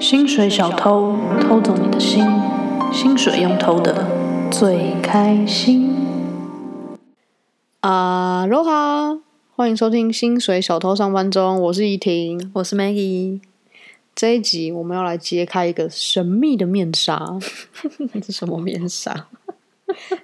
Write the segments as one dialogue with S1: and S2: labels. S1: 薪水小偷偷走你的心，薪水用偷的最开心。
S2: 啊，罗哈，欢迎收听《薪水小偷上班中》，我是怡婷。
S1: 我是 Maggie，
S2: 这一集我们要来揭开一个神秘的面 纱，这是什么面纱？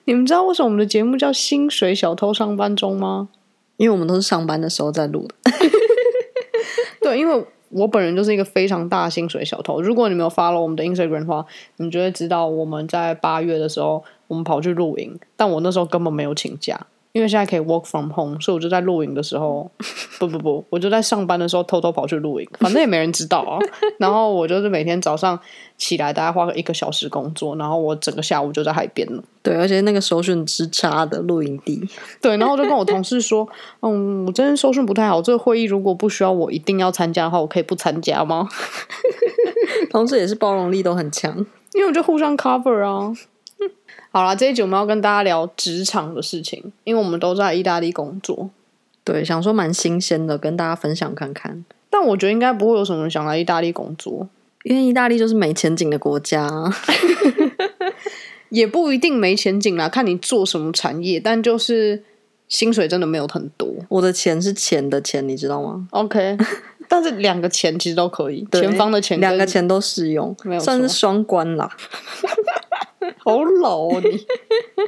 S2: 你们知道为什么我们的节目叫《薪水小偷上班中》吗？
S1: 因为我们都是上班的时候在录的。
S2: 对，因为我本人就是一个非常大的薪水小偷。如果你没有 follow 我们的 Instagram 的话，你们就会知道我们在八月的时候，我们跑去露营，但我那时候根本没有请假，因为现在可以 work from home，所以我就在露营的时候，不不不，我就在上班的时候偷偷跑去露营，反正也没人知道啊。然后我就是每天早上起来，大概花个一个小时工作，然后我整个下午就在海边了。
S1: 对，而且那个首选之差的露营地，
S2: 对，然后我就跟我同事说，嗯，我今天收讯不太好，这个会议如果不需要我一定要参加的话，我可以不参加吗？
S1: 同事也是包容力都很强。
S2: 因为我就互相 cover 啊。 好啦，这一集我们要跟大家聊职场的事情，因为我们都在意大利工作，
S1: 对，想说蛮新鲜的，跟大家分享看看。
S2: 但我觉得应该不会有什么人想来意大利工作，
S1: 因为意大利就是没前景的国家，
S2: 也不一定没前景啦，看你做什么产业，但就是薪水真的没有很多。
S1: 我的钱是钱的钱，你知道吗？
S2: OK，但是两个钱其实都可以，
S1: 对
S2: 前方的钱跟
S1: 两个钱都适用
S2: 没有，错
S1: 算是双关啦。
S2: 好老哦你。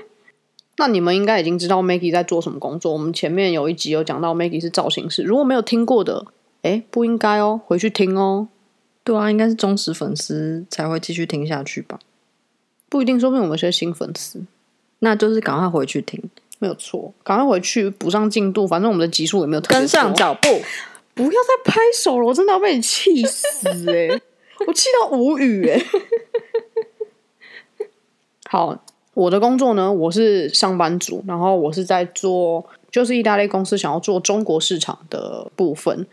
S2: 那你们应该已经知道 Maggie 在做什么工作。我们前面有一集有讲到 Maggie 是造型师，如果没有听过的，哎，不应该哦，回去听哦。
S1: 对啊，应该是忠实粉丝才会继续听下去吧。
S2: 不一定，说不定我们是新粉丝，
S1: 那就是赶快回去听，
S2: 没有错。赶快回去补上进度，反正我们的集数也没有特别
S1: 跟上
S2: 多
S1: 脚步。
S2: 不要再拍手了，我真的要被你气死哎、 我气到无语哎、 好，我的工作呢，我是上班族，然后我是在做，就是意大利公司想要做中国市场的部分，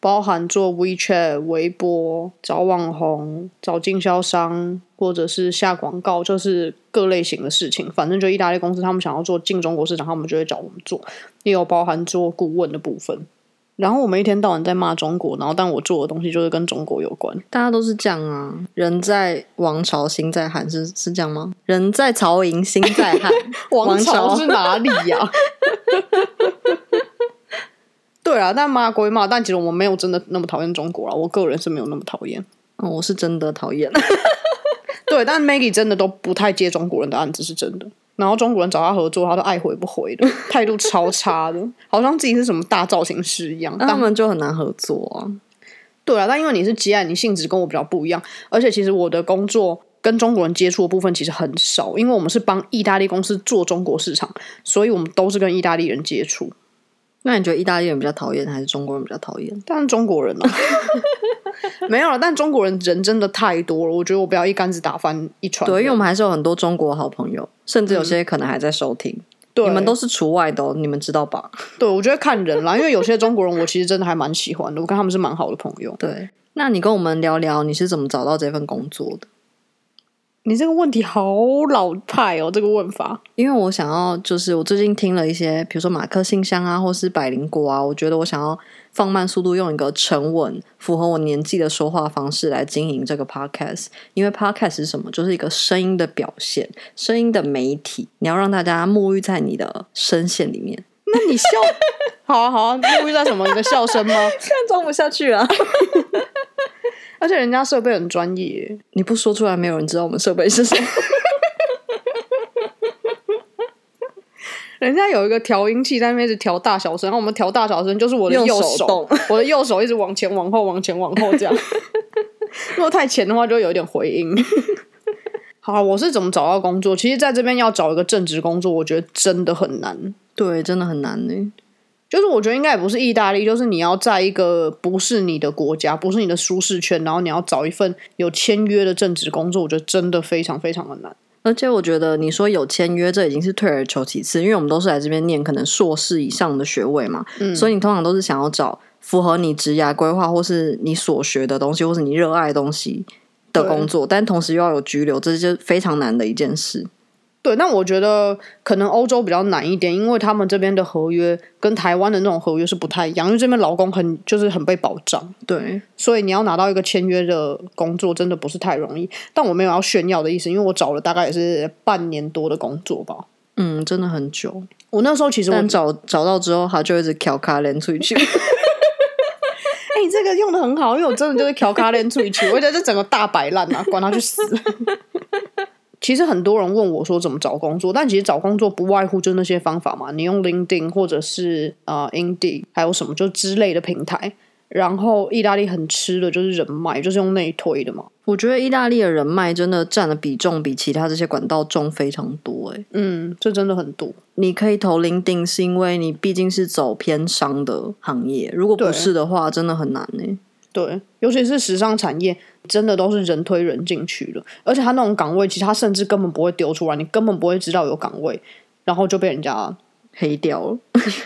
S2: 包含做 WeChat、微博、找网红、找经销商，或者是下广告，就是各类型的事情。反正就意大利公司他们想要做进中国市场，他们就会找我们做，也有包含做顾问的部分。然后我们一天到晚在骂中国，然后但我做的东西就是跟中国有 关。
S1: 大家都是这样啊，人在王朝，心在汉，是是这样吗？人在曹营，心在汉。 王朝
S2: 是哪里呀、 对啊，但骂归骂，但其实我们没有真的那么讨厌中国啦。我个人是没有那么讨厌。
S1: 嗯，我是真的讨 厌。
S2: 对，但 Maggie 真的都不太接中国人的案子，是真的。然后中国人找他合作，他都爱回不回 的，态度超差的，好像自己是什么大造型师一样。
S1: 那
S2: 但
S1: 他们就很难合作啊。
S2: 对啊，但因为你是接案，你性质跟我比较不一样，而且其实我的工作跟中国人接触的部分其实很少，因为我们是帮意大利公司做中国市场，所以我们都是跟意大利人接触，
S1: 那你觉得意大利人比较讨厌，还是中国人比较讨厌？
S2: 但是中国人 啊，没有了，但中国人人真的太多了，我觉得我不要一竿子打翻一船人。
S1: 对，因为我们还是有很多中国好朋友，甚至有些可能还在收听。
S2: 对
S1: 你们都是除外的、哦，你们知道吧？
S2: 对，我觉得看人啦，因为有些中国人我其实真的还蛮喜欢的，我跟他们是蛮好的朋友。
S1: 对。那你跟我们聊聊你是怎么找到这份工作的？
S2: 你这个问题好老派哦，这个问法。
S1: 因为我想要，就是我最近听了一些，比如说马克信箱啊，或是百灵果啊，我觉得我想要放慢速度，用一个沉稳、符合我年纪的说话方式来经营这个 podcast。因为 podcast 是什么？就是一个声音的表现，声音的媒体。你要让大家沐浴在你的声线里面，
S2: 那你笑， 好啊好啊，你会在什么？你的笑声吗？
S1: 这样装不下去啊！
S2: 而且人家设备很专业耶，
S1: 你不说出来，没有人知道我们设备是什么。
S2: 人家有一个调音器在那边一直调大小声，然后我们调大小声就是我的
S1: 用
S2: 右
S1: 手动
S2: 我的右手一直往前、往后、往前、往后这样。 如果太前的话，就会有一点回音。 好，啊我是怎么找到工作？其实在这边要找一个正职工作，我觉得真的很难。
S1: 对，真的很难呢。
S2: 就是我觉得应该也不是意大利，就是你要在一个不是你的国家、不是你的舒适圈，然后你要找一份有签约的正职工作，我觉得真的非常非常的难。
S1: 而且我觉得你说有签约，这已经是退而求其次，因为我们都是来这边念可能硕士以上的学位嘛，所以你通常都是想要找符合你职涯规划，或是你所学的东西，或是你热爱的东西的工作，但同时又要有居留，这就是非常难的一件事。
S2: 对，那我觉得可能欧洲比较难一点，因为他们这边的合约跟台湾的那种合约是不太一样，因为这边劳工很就是很被保障，
S1: 对，
S2: 所以你要拿到一个签约的工作真的不是太容易。但我没有要炫耀的意思，因为我找了大概也是半年多的工作吧。
S1: 嗯，真的很久。
S2: 我那时候其实我，哎、
S1: 但找找到之后，他就一直调卡连出 去。
S2: 你哎这个用的很好，因为我真的就是调咖练出去，我觉得这整个大摆烂啊，管他去死。其实很多人问我说怎么找工作，但其实找工作不外乎就那些方法嘛，你用 LinkedIn 或者是呃 Indeed，还有什么就之类的平台。然后意大利很吃的就是人脉，就是用内推的嘛。
S1: 我觉得意大利的人脉真的占的比重比其他这些管道重非常多、欸。诶，
S2: 嗯，这真的很多。
S1: 你可以投 LinkedIn 是因为你毕竟是走偏商的行业，如果不
S2: 对
S1: 是的话，真的很难欸诶、
S2: 对，尤其是时尚产业，真的都是人推人进去的。而且他那种岗位，其实他甚至根本不会丢出来，你根本不会知道有岗位，然后就被人家
S1: 黑掉了。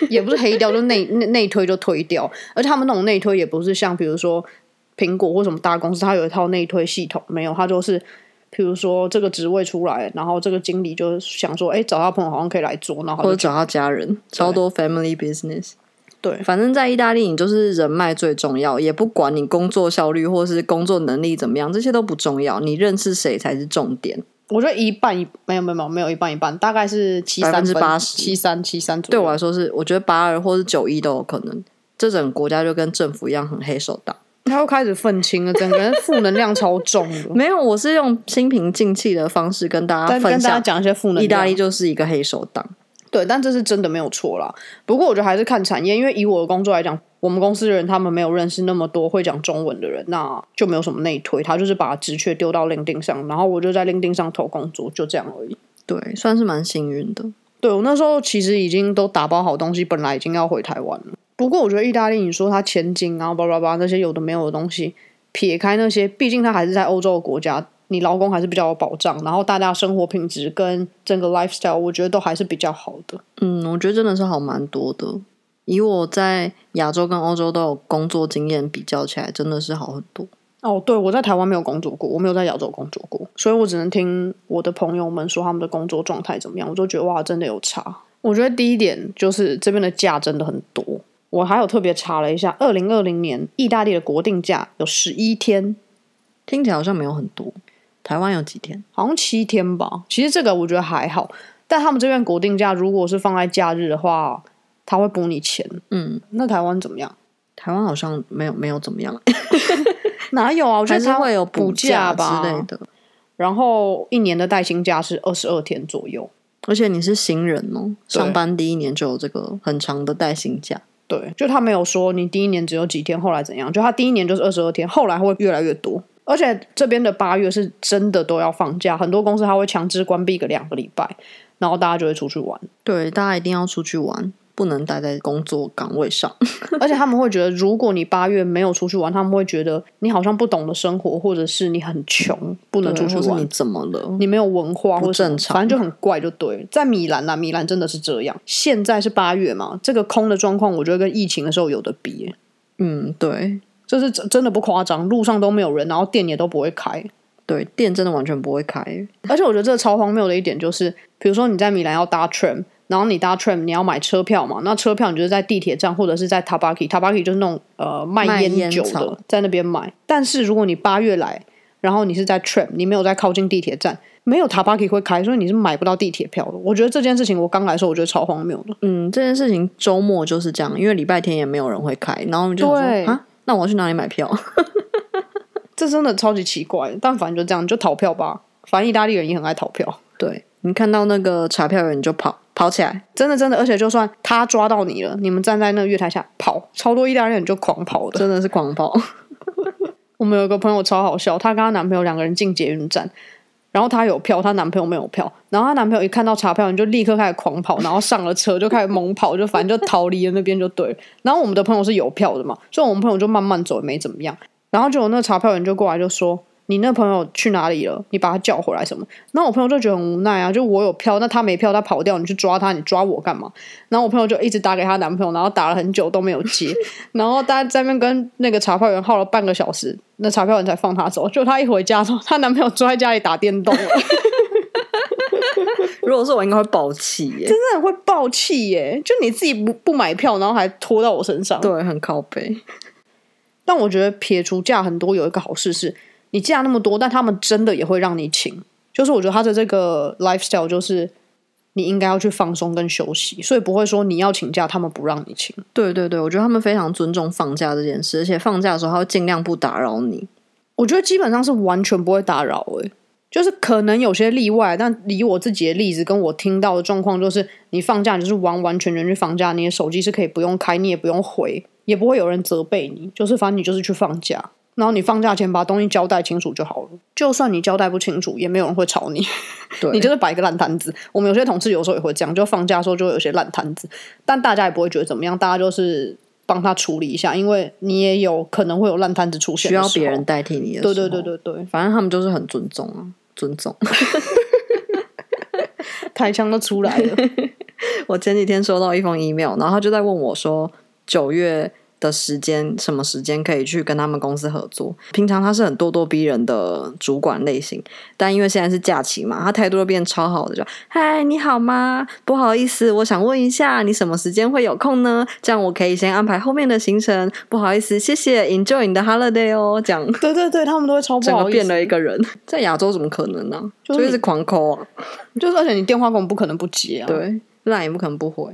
S2: 也不是黑掉，就内内内推就推掉。而且他们那种内推也不是像比如说苹果或什么大公司，它有一套内推系统，没有，它就是比如说这个职位出来，然后这个经理就想说，哎、找他朋友好像可以来做，然
S1: 或
S2: 后他
S1: 者
S2: 就
S1: 找他家人，超多 family business。
S2: 对
S1: 反正在意大利，你就是人脉最重要，也不管你工作效率或是工作能力怎么样，这些都不重要，你认识谁才是重点。
S2: 我觉得一半一没有没有没有没有一半一半，大概是七三
S1: 80%
S2: 七三七三左
S1: 对
S2: 右。
S1: 我来说是，我觉得八二或是九一都有可能。这整个国家就跟政府一样很黑手党。
S2: 他又开始愤青了，整个人负能量超重的。
S1: 没有，我是用心平静气的方式跟大家
S2: 但 跟
S1: 分
S2: 大家
S1: 享，
S2: 讲一些负能量，
S1: 意大利就是一个黑手党。
S2: 对，但这是真的没有错啦。不过我觉得还是看产业，因为以我的工作来讲，我们公司的人他们没有认识那么多会讲中文的人，那就没有什么内推，他就是把职缺丢到 LinkedIn 上，然后我就在 LinkedIn 上投工作，就这样而已。
S1: 对，算是蛮幸运的。
S2: 对我那时候其实已经都打包好东西，本来已经要回台湾了。不过我觉得意大利，你说它前景啊，叭叭叭那些有的没有的东西，撇开那些，毕竟它还是在欧洲的国家，你劳工还是比较有保障，然后大家生活品质跟整个 lifestyle，我觉得都还是比较好的。
S1: 嗯，我觉得真的是好蛮多的。以我在亚洲跟欧洲都有工作经验比较起来，真的是好很多。
S2: 哦，对，我在台湾没有工作过，我没有在亚洲工作过，所以我只能听我的朋友们说他们的工作状态怎么样，我就觉得哇，真的有差。我觉得第一点就是这边的假真的很多，我还有特别查了一下，二零二零年意大利的国定假有十一天，
S1: 听起来好像没有很多。台湾有几天？
S2: 好像七天吧。其实这个我觉得还好，但他们这边国定假如果是放在假日的话，他会补你钱。
S1: 嗯，
S2: 那台湾怎么样？
S1: 台湾好像没有没有怎么 样，
S2: 哪有啊？我觉
S1: 还
S2: 得
S1: 是
S2: 他
S1: 会有
S2: 补
S1: 假
S2: 吧
S1: 之类。的。
S2: 然后一年的带薪假是二十二天左右。
S1: 而且你是新人哦，
S2: 对
S1: 上班第一年就有这个很长的带薪假。
S2: 对，就他没有说你第一年只有几天，后来怎样？就他第一年就是二十二天，后来会越来越多。而且这边的八月是真的都要放假，很多公司他会强制关闭个两个礼拜，然后大家就会出去玩。
S1: 对，大家一定要出去玩，不能待在工作岗位上。
S2: 而且他们会觉得，如果你八月没有出去玩，他们会觉得你好像不懂得生活，或者是你很穷，不能出去
S1: 或是你
S2: 玩。
S1: 怎么了？
S2: 你没有文化或
S1: 不
S2: 者
S1: 正常
S2: 反正就很怪，就对了。在米兰啦，米兰真的是这样。现在是八月嘛，这个空的状况，我觉得跟疫情的时候有的比欸耶、
S1: 嗯，对
S2: 这是真真的不夸张，路上都没有人，然后店也都不会开。
S1: 对，店真的完全不会开。
S2: 而且我觉得这超荒谬的一点就是，比如说你在米兰要搭 tram，然后你搭 tram 你要买车票嘛，那车票你就是在地铁站或者是在 Tabaki，Tabaki 就是那种呃卖
S1: 卖烟
S2: 酒
S1: 草
S2: 的，在那边买。但是如果你八月来，然后你是在 tram，你没有在靠近地铁站，没有 Tabaki 会开，所以你是买不到地铁票的。我觉得这件事情我刚来的时候我觉得超荒谬的。
S1: 嗯，这件事情周末就是这样，因为礼拜天也没有人会开，然后我们就想
S2: 对
S1: 说啊，那我要去哪里买票？
S2: 这真的超级奇怪，但反正就这样，就逃票吧。反正意大利人也很爱逃票。
S1: 对你看到那个查票员你就跑跑起来，
S2: 真的真的，而且就算他抓到你了，你们站在那个月台下跑，超多意大利人就狂跑的。
S1: 真的是狂跑。
S2: 我们有一个朋友超好笑，她跟她男朋友两个人进捷运站，然后她有票，她男朋友没有票，然后她男朋友一看到查票，你就立刻开始狂跑，然后上了车就开始猛跑，就反正就逃离了那边就对了。然后我们的朋友是有票的嘛，所以我们朋友就慢慢走，也没怎么样。然后就有那个查票员就过来就说：“你那朋友去哪里了？你把他叫回来什么？”那我朋友就觉得很无奈啊，就我有票，那他没票，他跑掉，你去抓他，你抓我干嘛？然后我朋友就一直打给她男朋友，然后打了很久都没有接，然后大家在那边跟那个查票员耗了半个小时，那查票员才放她走。就她一回家之后，她男朋友坐在家里打电动了。
S1: 如果是我，应该会爆气耶。
S2: 真的很会爆气耶！就你自己不不买票，然后还拖到我身上。
S1: 对，很靠背。
S2: 但我觉得撇除价很多，有一个好事是，你价那么多，但他们真的也会让你请。就是我觉得他的这个 lifestyle 就是你应该要去放松跟休息，所以不会说你要请假，他们不让你请。
S1: 对对对，我觉得他们非常尊重放假这件事，而且放假的时候他会尽量不打扰你。
S2: 我觉得基本上是完全不会打扰诶、就是可能有些例外，但以我自己的例子跟我听到的状况，就是你放假你就是完完全全去放假，你的手机是可以不用开，你也不用回，也不会有人责备你，就是反正你就是去放假，然后你放假前把东西交代清楚就好了。就算你交代不清楚，也没有人会吵你，
S1: 对，
S2: 你就是摆一个烂摊子。我们有些同事有时候也会这样，就放假的时候就会有些烂摊子，但大家也不会觉得怎么样，大家就是帮他处理一下，因为你也有可能会有烂摊子出现，
S1: 需要别人。代替你的。
S2: 对对对，对对，
S1: 反正他们就是很尊重啊，尊重。
S2: 台腔都出来了。
S1: 我前几天收到一封 email，然后他就在问我说，九月的时间什么时间可以去跟他们公司合作？平常他是很咄咄逼人的主管类型，但因为现在是假期嘛，他态度都变超好的，就嗨你好吗？不好意思，我想问一下你什么时间会有空呢？这样我可以先安排后面的行程。不好意思，谢谢，enjoy 你的 holiday 哦。这样
S2: 对对对，他们都会超不
S1: 整
S2: 好
S1: 个
S2: 意
S1: 变
S2: 思，
S1: 了一个人， 在亚洲怎么可能呢、
S2: 就
S1: 就是是
S2: 你
S1: 一直狂抠啊，
S2: 就是而且你电话根本不可能不接啊。，
S1: 对，那也不可能不回。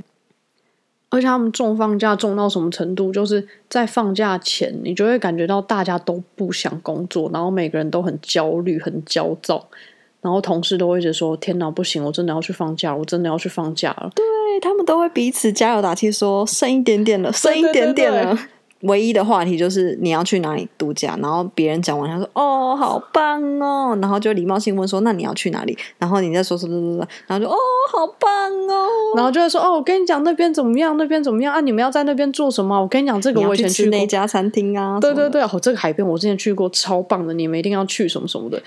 S2: 而且他们重放假重到什么程度？就是在放假前，你就会感觉到大家都不想工作，然后每个人都很焦虑、很焦躁，然后同事都会一直说：“天哪，不行，我真的要去放假，我真的要去放假了。”
S1: 对他们都会彼此加油打气说，剩一点点了，剩一点点了。
S2: 对
S1: 唯一的话题就是你要去哪里度假，然后别人讲完，他说：“哦，好棒哦。”然后就礼貌性问说：“那你要去哪里？”然后你再说说说说说，然后就：“哦，好棒哦。
S2: 然后就会说：“哦，我跟你讲那边怎么样，那边怎么样啊？你们要在那边做什么啊？我跟你讲，这”个
S1: 你
S2: 我
S1: 要
S2: 以前
S1: 去吃
S2: 去过
S1: 那，家餐厅啊？什
S2: 对
S1: 么
S2: 对
S1: 的，
S2: 对，哦，这个海边我之前去过，超棒的，你们一定要去什么什么的。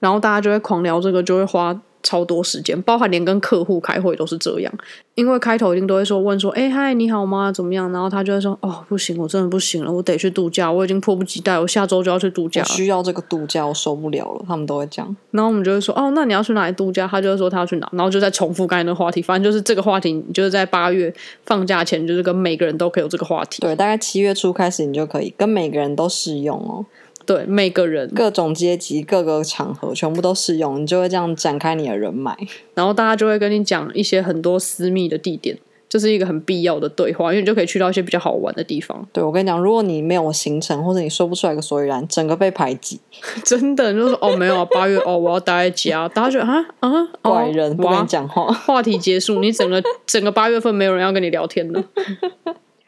S2: 然后大家就会狂聊这个，就会花超多时间，包含连跟客户开会都是这样。因为开头一定都会说问说，哎嗨，你好吗？怎么样？然后他就会说，哦，不行，我真的不行了，我得去度假，我已经迫不及待，我下周就要去度假
S1: 我
S2: 了。
S1: 需要这个度假，我受不了了。他们都会这样。
S2: 然后我们就会说，哦，那你要去哪里度假？他就会说他要去哪，然后就在重复刚才那个话题。反正就是这个话题，你就是在八月放假前，就是跟每个人都可以有这个话题。
S1: 对，大概七月初开始，你就可以跟每个人都适用哦，
S2: 对，每个人。
S1: 各种阶级、各个场合全部都适用，你就会这样展开你的人脉。
S2: 然后大家就会跟你讲一些很多私密的地点，这、是一个很必要的对话，因为你就可以去到一些比较好玩的地方。
S1: 对，我跟你讲，如果你没有行程，或者你说不出来个所以然，整个被排挤，
S2: 真的，你就说哦，没有啊，八月哦，我要待在家，大家觉得啊啊，哦
S1: 怪人、不跟
S2: 哇
S1: 你，讲话。
S2: 话题结束，你整个 整个八月份没有人要跟你聊天了。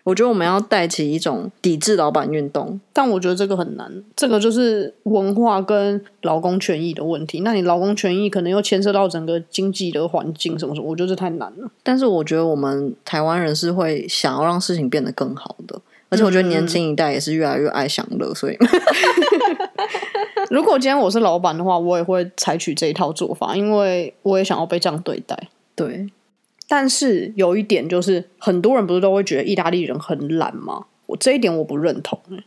S1: 我觉得我们要带起一种抵制老板运动。
S2: 但我觉得这个很难，这个就是文化跟劳工权益的问题。那你劳工权益可能又牵涉到整个经济的环境什么什么，我觉得这太难了。
S1: 但是我觉得我们台湾人是会想要让事情变得更好的，而且我觉得年轻一代也是越来越爱享乐， 所以
S2: 如果今天我是老板的话，我也会采取这一套做法，因为我也想要被这样对待。
S1: 对
S2: 但是有一点就是，很多人不是都会觉得意大利人很懒吗？我这一点我不认同、欸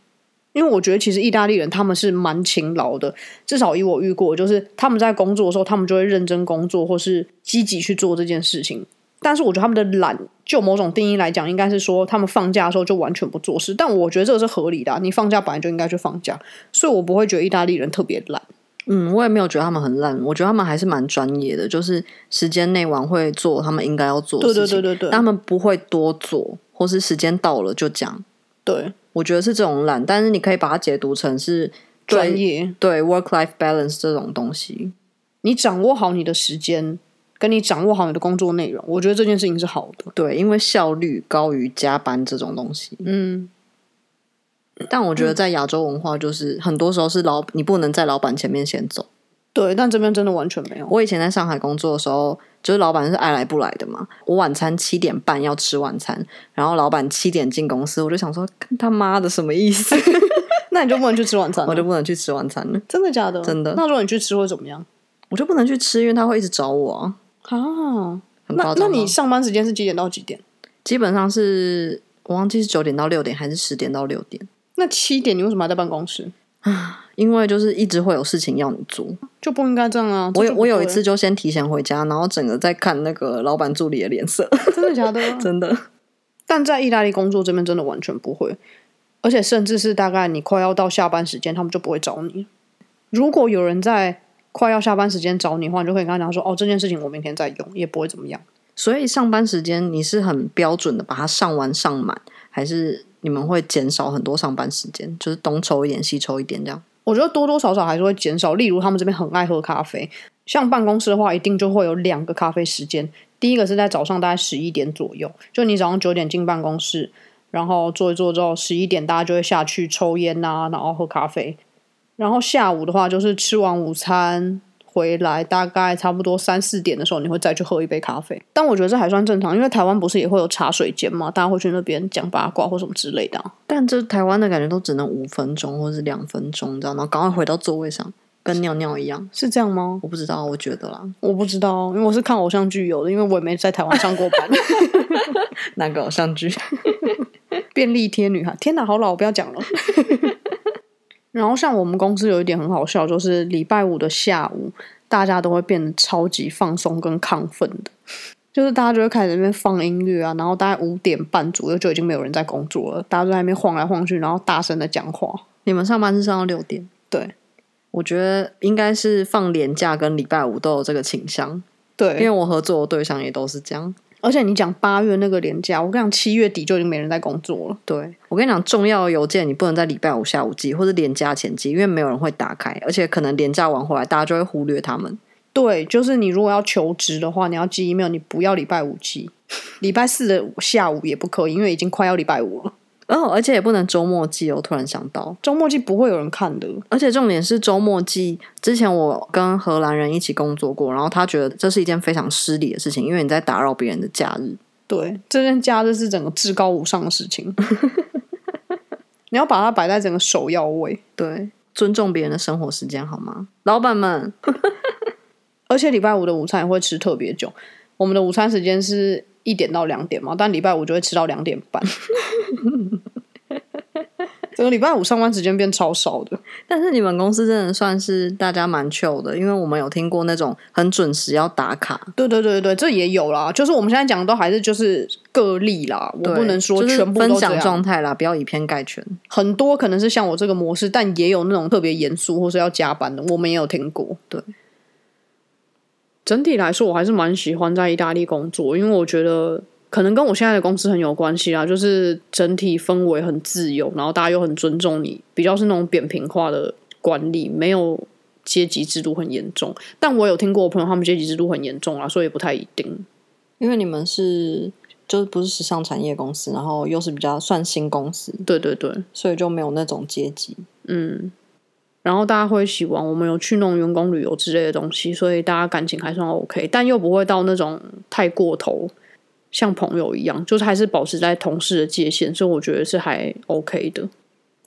S2: 因为我觉得其实意大利人他们是蛮勤劳的，至少以我遇过，就是他们在工作的时候，他们就会认真工作或是积极去做这件事情。但是我觉得他们的懒，就某种定义来讲，应该是说他们放假的时候就完全不做事。但我觉得这个是合理的啊、你放假本来就应该去放假，所以我不会觉得意大利人特别懒。
S1: 嗯，我也没有觉得他们很烂，我觉得他们还是蛮专业的，就是时间内完会做他们应该要做的
S2: 对
S1: 事
S2: 对
S1: 情，
S2: 对对对
S1: 但他们不会多做，或是时间到了就讲。
S2: 对，
S1: 我觉得是这种懒，但是你可以把它解读成是对
S2: 专业。
S1: 对 work life balance 这种东西。
S2: 你掌握好你的时间，跟你掌握好你的工作内容，我觉得这件事情是好的。
S1: 对，因为效率高于加班这种东西。
S2: 嗯，
S1: 但我觉得在亚洲文化，就是很多时候是老你不能在老板前面先走。
S2: 对，但这边真的完全没有。
S1: 我以前在上海工作的时候，就是老板是爱来不来的嘛。我晚餐七点半要吃晚餐，然后老板七点进公司，我就想说，干他妈的什么意 思？
S2: 那你就不能去吃晚 餐
S1: 我
S2: 了？
S1: 就不能去吃晚餐了，
S2: 真的假的？
S1: 真的
S2: 那如果你去吃会怎么样？
S1: 我就不能去吃，因为他会一直找我啊。
S2: 啊，
S1: 很
S2: 那
S1: 夸张
S2: 那
S1: 吗
S2: 你上班时间是几点到几点？
S1: 基本上是我忘记是九点到六点还是十点到六点。
S2: 那七点你为什么还在办公室？
S1: 因为就是一直会有事情要你做。
S2: 就不应该这样啊！
S1: 我
S2: 这
S1: 有
S2: 就不
S1: 我有一
S2: 对
S1: 次就先提前回家，然后整个在看那个老板助理的脸色，
S2: 真的假的？
S1: 真的。
S2: 但在意大利工作这边真的完全不会，而且甚至是大概你快要到下班时间，他们就不会找你。如果有人在快要下班时间找你的话，你就可以跟他讲说：“哦，这件事情我明天再用，也不会怎么样。
S1: 所以上班时间你是很标准的把它上完上满，还是你们会减少很多上班时间，就是东抽一点西抽一点这样？”
S2: 我觉得多多少少还是会减少。例如他们这边很爱喝咖啡，像办公室的话，一定就会有两个咖啡时间。第一个是在早上大概十一点左右，就你早上九点进办公室，然后做一做之后，十一点大家就会下去抽烟呐、然后喝咖啡。然后下午的话，就是吃完午餐回来，大概差不多三四点的时候，你会再去喝一杯咖啡。但我觉得这还算正常，因为台湾不是也会有茶水间嘛，大家会去那边讲八卦或什么之类的啊、
S1: 但这台湾的感觉都只能五分钟或是两分钟，你知道，然后赶快回到座位上，跟尿尿一样。
S2: 是这样吗？
S1: 我不知道，我觉得 啦，
S2: 我不知道，因为我是看偶像剧有的，因为我也没在台湾上过班。
S1: 哪个偶像剧？
S2: 便利贴女孩，天哪，好老，不要讲了。 然后像我们公司有一点很好笑，就是礼拜五的下午，大家都会变得超级放松跟亢奋的，就是大家就会开始在那边放音乐啊，然后大概五点半左右就已经没有人在工作了，大家都在那边晃来晃去，然后大声的讲话。
S1: 你们上班是上到六点？
S2: 对，
S1: 我觉得应该是放年假跟礼拜五都有这个倾向，因为
S2: 对，
S1: 我合作的对象也都是这样。
S2: 而且你讲八月那个年假，我跟你讲，七月底就已经没人在工作了。
S1: 对我跟你讲，重要的邮件你不能在礼拜五下午寄，或是连假前寄，因为没有人会打开，而且可能连假完回来，大家就会忽略他们。
S2: 对，就是你如果要求职的话，你要寄 email，你不要礼拜五寄，礼拜四的下午也不可以，因为已经快要礼拜五了。
S1: 哦，而且也不能周末寄哦。突然想到，
S2: 周末季不会有人看的，
S1: 而且重点是周末寄。之前我跟荷兰人一起工作过，然后他觉得这是一件非常失礼的事情，因为你在打扰别人的假日。
S2: 对，这件假日是整个至高无上的事情， 你要把它摆在整个首要位。
S1: 对，尊重别人的生活时间好吗？老板们，
S2: 而且礼拜五的午餐也会吃特别久，我们的午餐时间是一点到两点嘛，但礼拜五就会吃到两点半。 整个礼拜五上班时间变超少的，
S1: 但是你们公司真的算是大家蛮 chill 的，因为我们有听过那种很准时要打卡，
S2: 对对对对，这也有啦。就是我们现在讲的都还是就是个例啦，我
S1: 对
S2: 不能说
S1: 就是
S2: 全部
S1: 分
S2: 都这
S1: 享
S2: 样。
S1: 状态啦，不要以偏概全。
S2: 很多可能是像我这个模式，但也有那种特别严肃或是要加班的，我们也有听过。
S1: 对，
S2: 整体来说，我还是蛮喜欢在意大利工作，因为我觉得可能跟我现在的公司很有关系啦，就是整体氛围很自由，然后大家又很尊重你，比较是那种扁平化的管理，没有阶级制度很严重。但我有听过我朋友他们阶级制度很严重啦，啊所以不太一定。
S1: 因为你们是就是不是时尚产业公司，然后又是比较算新公司，
S2: 对对对，
S1: 所以就没有那种阶级。
S2: 嗯，然后大家会喜欢我们有去弄员工旅游之类的东西，所以大家感情还算 OK，但又不会到那种太过头，像朋友一样，就是还是保持在同事的界限，所以我觉得是还 OK 的。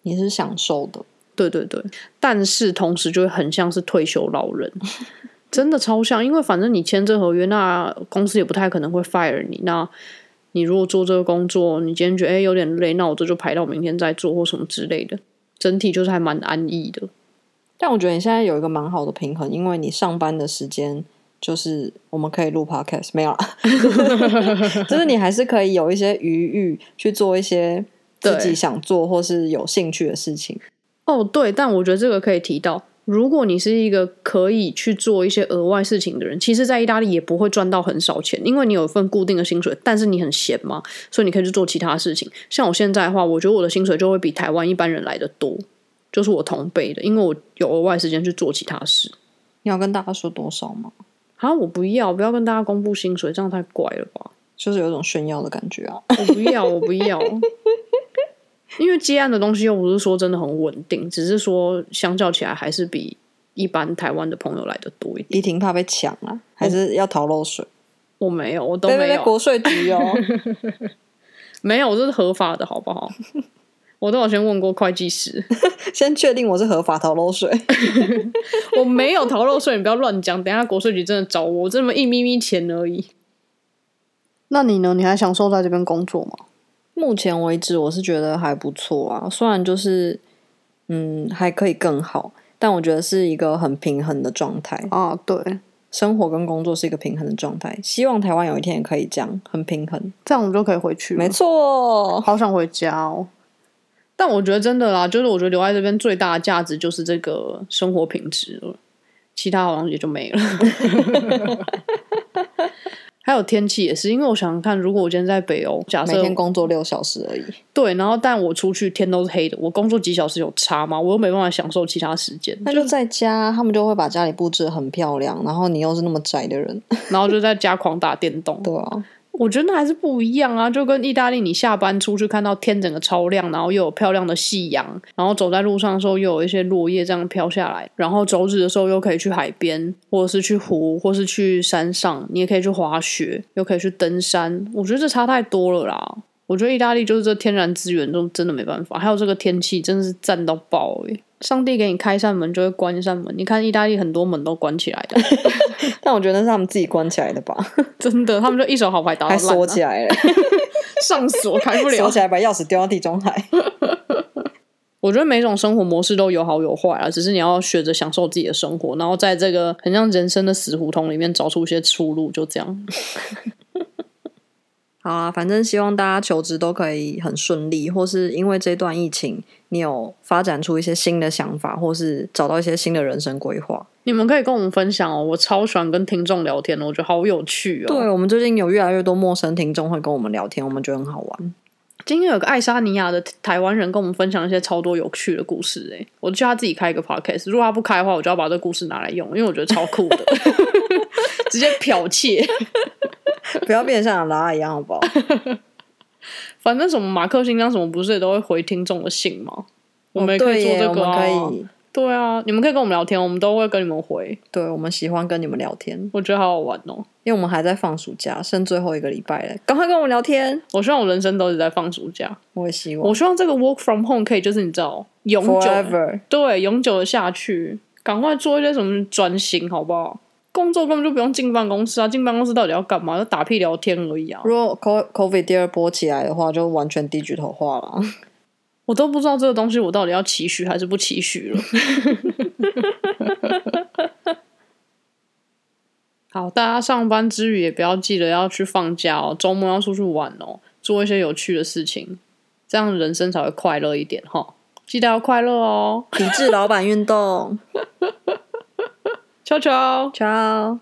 S1: 你是享受的，
S2: 对对对，但是同时就会很像是退休老人，真的超像，因为反正你签这合约，那公司也不太可能会 fire 你。那你如果做这个工作，你今天觉得哎有点累，那我这就排到明天再做或什么之类的，整体就是还蛮安逸的。
S1: 但我觉得你现在有一个蛮好的平衡，因为你上班的时间就是我们可以录 podcast，没有啦， 就是你还是可以有一些余裕去做一些自己
S2: 对
S1: 想做或是有兴趣的事情。
S2: 哦，对，但我觉得这个可以提到，如果你是一个可以去做一些额外事情的人，其实，在意大利也不会赚到很少钱，因为你有一份固定的薪水，但是你很闲嘛，所以你可以去做其他事情。像我现在的话，我觉得我的薪水就会比台湾一般人来的多，就是我同辈的，因为我有额外时间去做其他事。
S1: 你要跟大家说多少吗？
S2: 啊，我不要，不要跟大家公布薪水，这样太怪了吧？
S1: 就是有一种炫耀的感觉啊。
S2: 我不要，我不要。因为接案的东西又不是说真的很稳定，只是说相较起来还是比一般台湾的朋友来的多一点。
S1: 怡婷怕被抢啊，还是要逃漏水？
S2: 我没有，我嗯都
S1: 对对
S2: 没
S1: 对，
S2: 有，
S1: 国税局哦。
S2: 没有，这是合法的，好不好？我都有先问过会计师，
S1: 先确定我是合法逃漏税。
S2: 我没有逃漏税，你不要乱讲。等一下国税局真的找我，我这么一咪咪钱而已。那你呢？你还享受在这边工作吗？
S1: 目前为止，我是觉得还不错啊，虽然就是嗯还可以更好，但我觉得是一个很平衡的状态，
S2: 啊，对，
S1: 生活跟工作是一个平衡的状态。希望台湾有一天也可以这样，很平衡。
S2: 这样我们就可以回去了。
S1: 没错，
S2: 好想回家哦。但我觉得真的啦，就是我觉得留在这边最大的价值就是这个生活品质了，其他好像也就没了。 还有天气也是，因为我想想看，如果我今天在北欧，假
S1: 每
S2: 设
S1: 天工作六小时而已。
S2: 对，然后但我出去天都是黑的，我工作几小时有差吗？我又没办法享受其他时间，
S1: 那就在家，他们就会把家里布置得很漂亮，然后你又是那么宅的人，
S2: 然后就在家狂打电动。
S1: 对啊，
S2: 我觉得那还是不一样啊，就跟意大利，你下班出去看到天整个超亮，然后又有漂亮的夕阳，然后走在路上的时候又有一些落叶这样飘下来，然后走指的时候又可以去海边，或者是去湖，或是去山上，你也可以去滑雪，又可以去登山。我觉得这差太多了啦。我觉得意大利就是这天然资源中真的没办法，还有这个天气真的是赞到爆诶、上帝给你开一扇门就会关一扇门，你看意大利很多门都关起来的，
S1: 但我觉得那是他们自己关起来的吧，
S2: 真的，他们就一手好牌打到
S1: 还
S2: 烂、
S1: 锁
S2: 啊，
S1: 起来了，
S2: 上锁开不了
S1: 锁，起来把钥匙丢到地中海。
S2: 我觉得每种生活模式都有好有坏啊，只是你要学着享受自己的生活，然后在这个很像人生的死胡同里面找出一些出路，就这样。
S1: 好啊，反正希望大家求职都可以很顺利，或是因为这段疫情，你有发展出一些新的想法，或是找到一些新的人生规划。
S2: 你们可以跟我们分享哦，我超喜欢跟听众聊天的，我觉得好有趣哦。
S1: 对，我们最近有越来越多陌生听众会跟我们聊天，我们觉得很好玩。
S2: 今天有个爱沙尼亚的台湾人跟我们分享一些超多有趣的故事，哎，我就叫他自己开一个 podcast，如果他不开的话，我就要把这个故事拿来用，因为我觉得超酷的， 直接剽窃。
S1: 不要变得像拉拉一样，好不好？
S2: 反正什么马克信箱什么不是也都会回听众的信吗？ 我们也可
S1: 哦对
S2: 以做
S1: 耶，
S2: 这
S1: 我
S2: 个、啊
S1: 们可以，
S2: 对啊，你们可以跟我们聊天，我们都会跟你们回，
S1: 对我们喜欢跟你们聊天，
S2: 我觉得好好玩哦。
S1: 因为我们还在放暑假，剩最后一个礼拜了，赶快跟我们聊天。
S2: 我希望我人生都是在放暑假，
S1: 我也希望
S2: 我希望这个 work from home 可以就是你知道永久
S1: ，forever。
S2: 对永久的下去，赶快做一些什么转型好不好？工作根本就不用进办公室啊，进办公室到底要干嘛？就打屁聊天而已啊！
S1: 如果 co- COVID 第二波起来的话，就完全低举头化了。
S2: 我都不知道这个东西我到底要期许还是不期许了。好，大家上班之余也不要记得要去放假哦，周末要出去玩哦，做一些有趣的事情，这样人生才会快乐一点哈。记得要快乐哦，
S1: 抵制老板运动，
S2: 悄悄。
S1: ciao。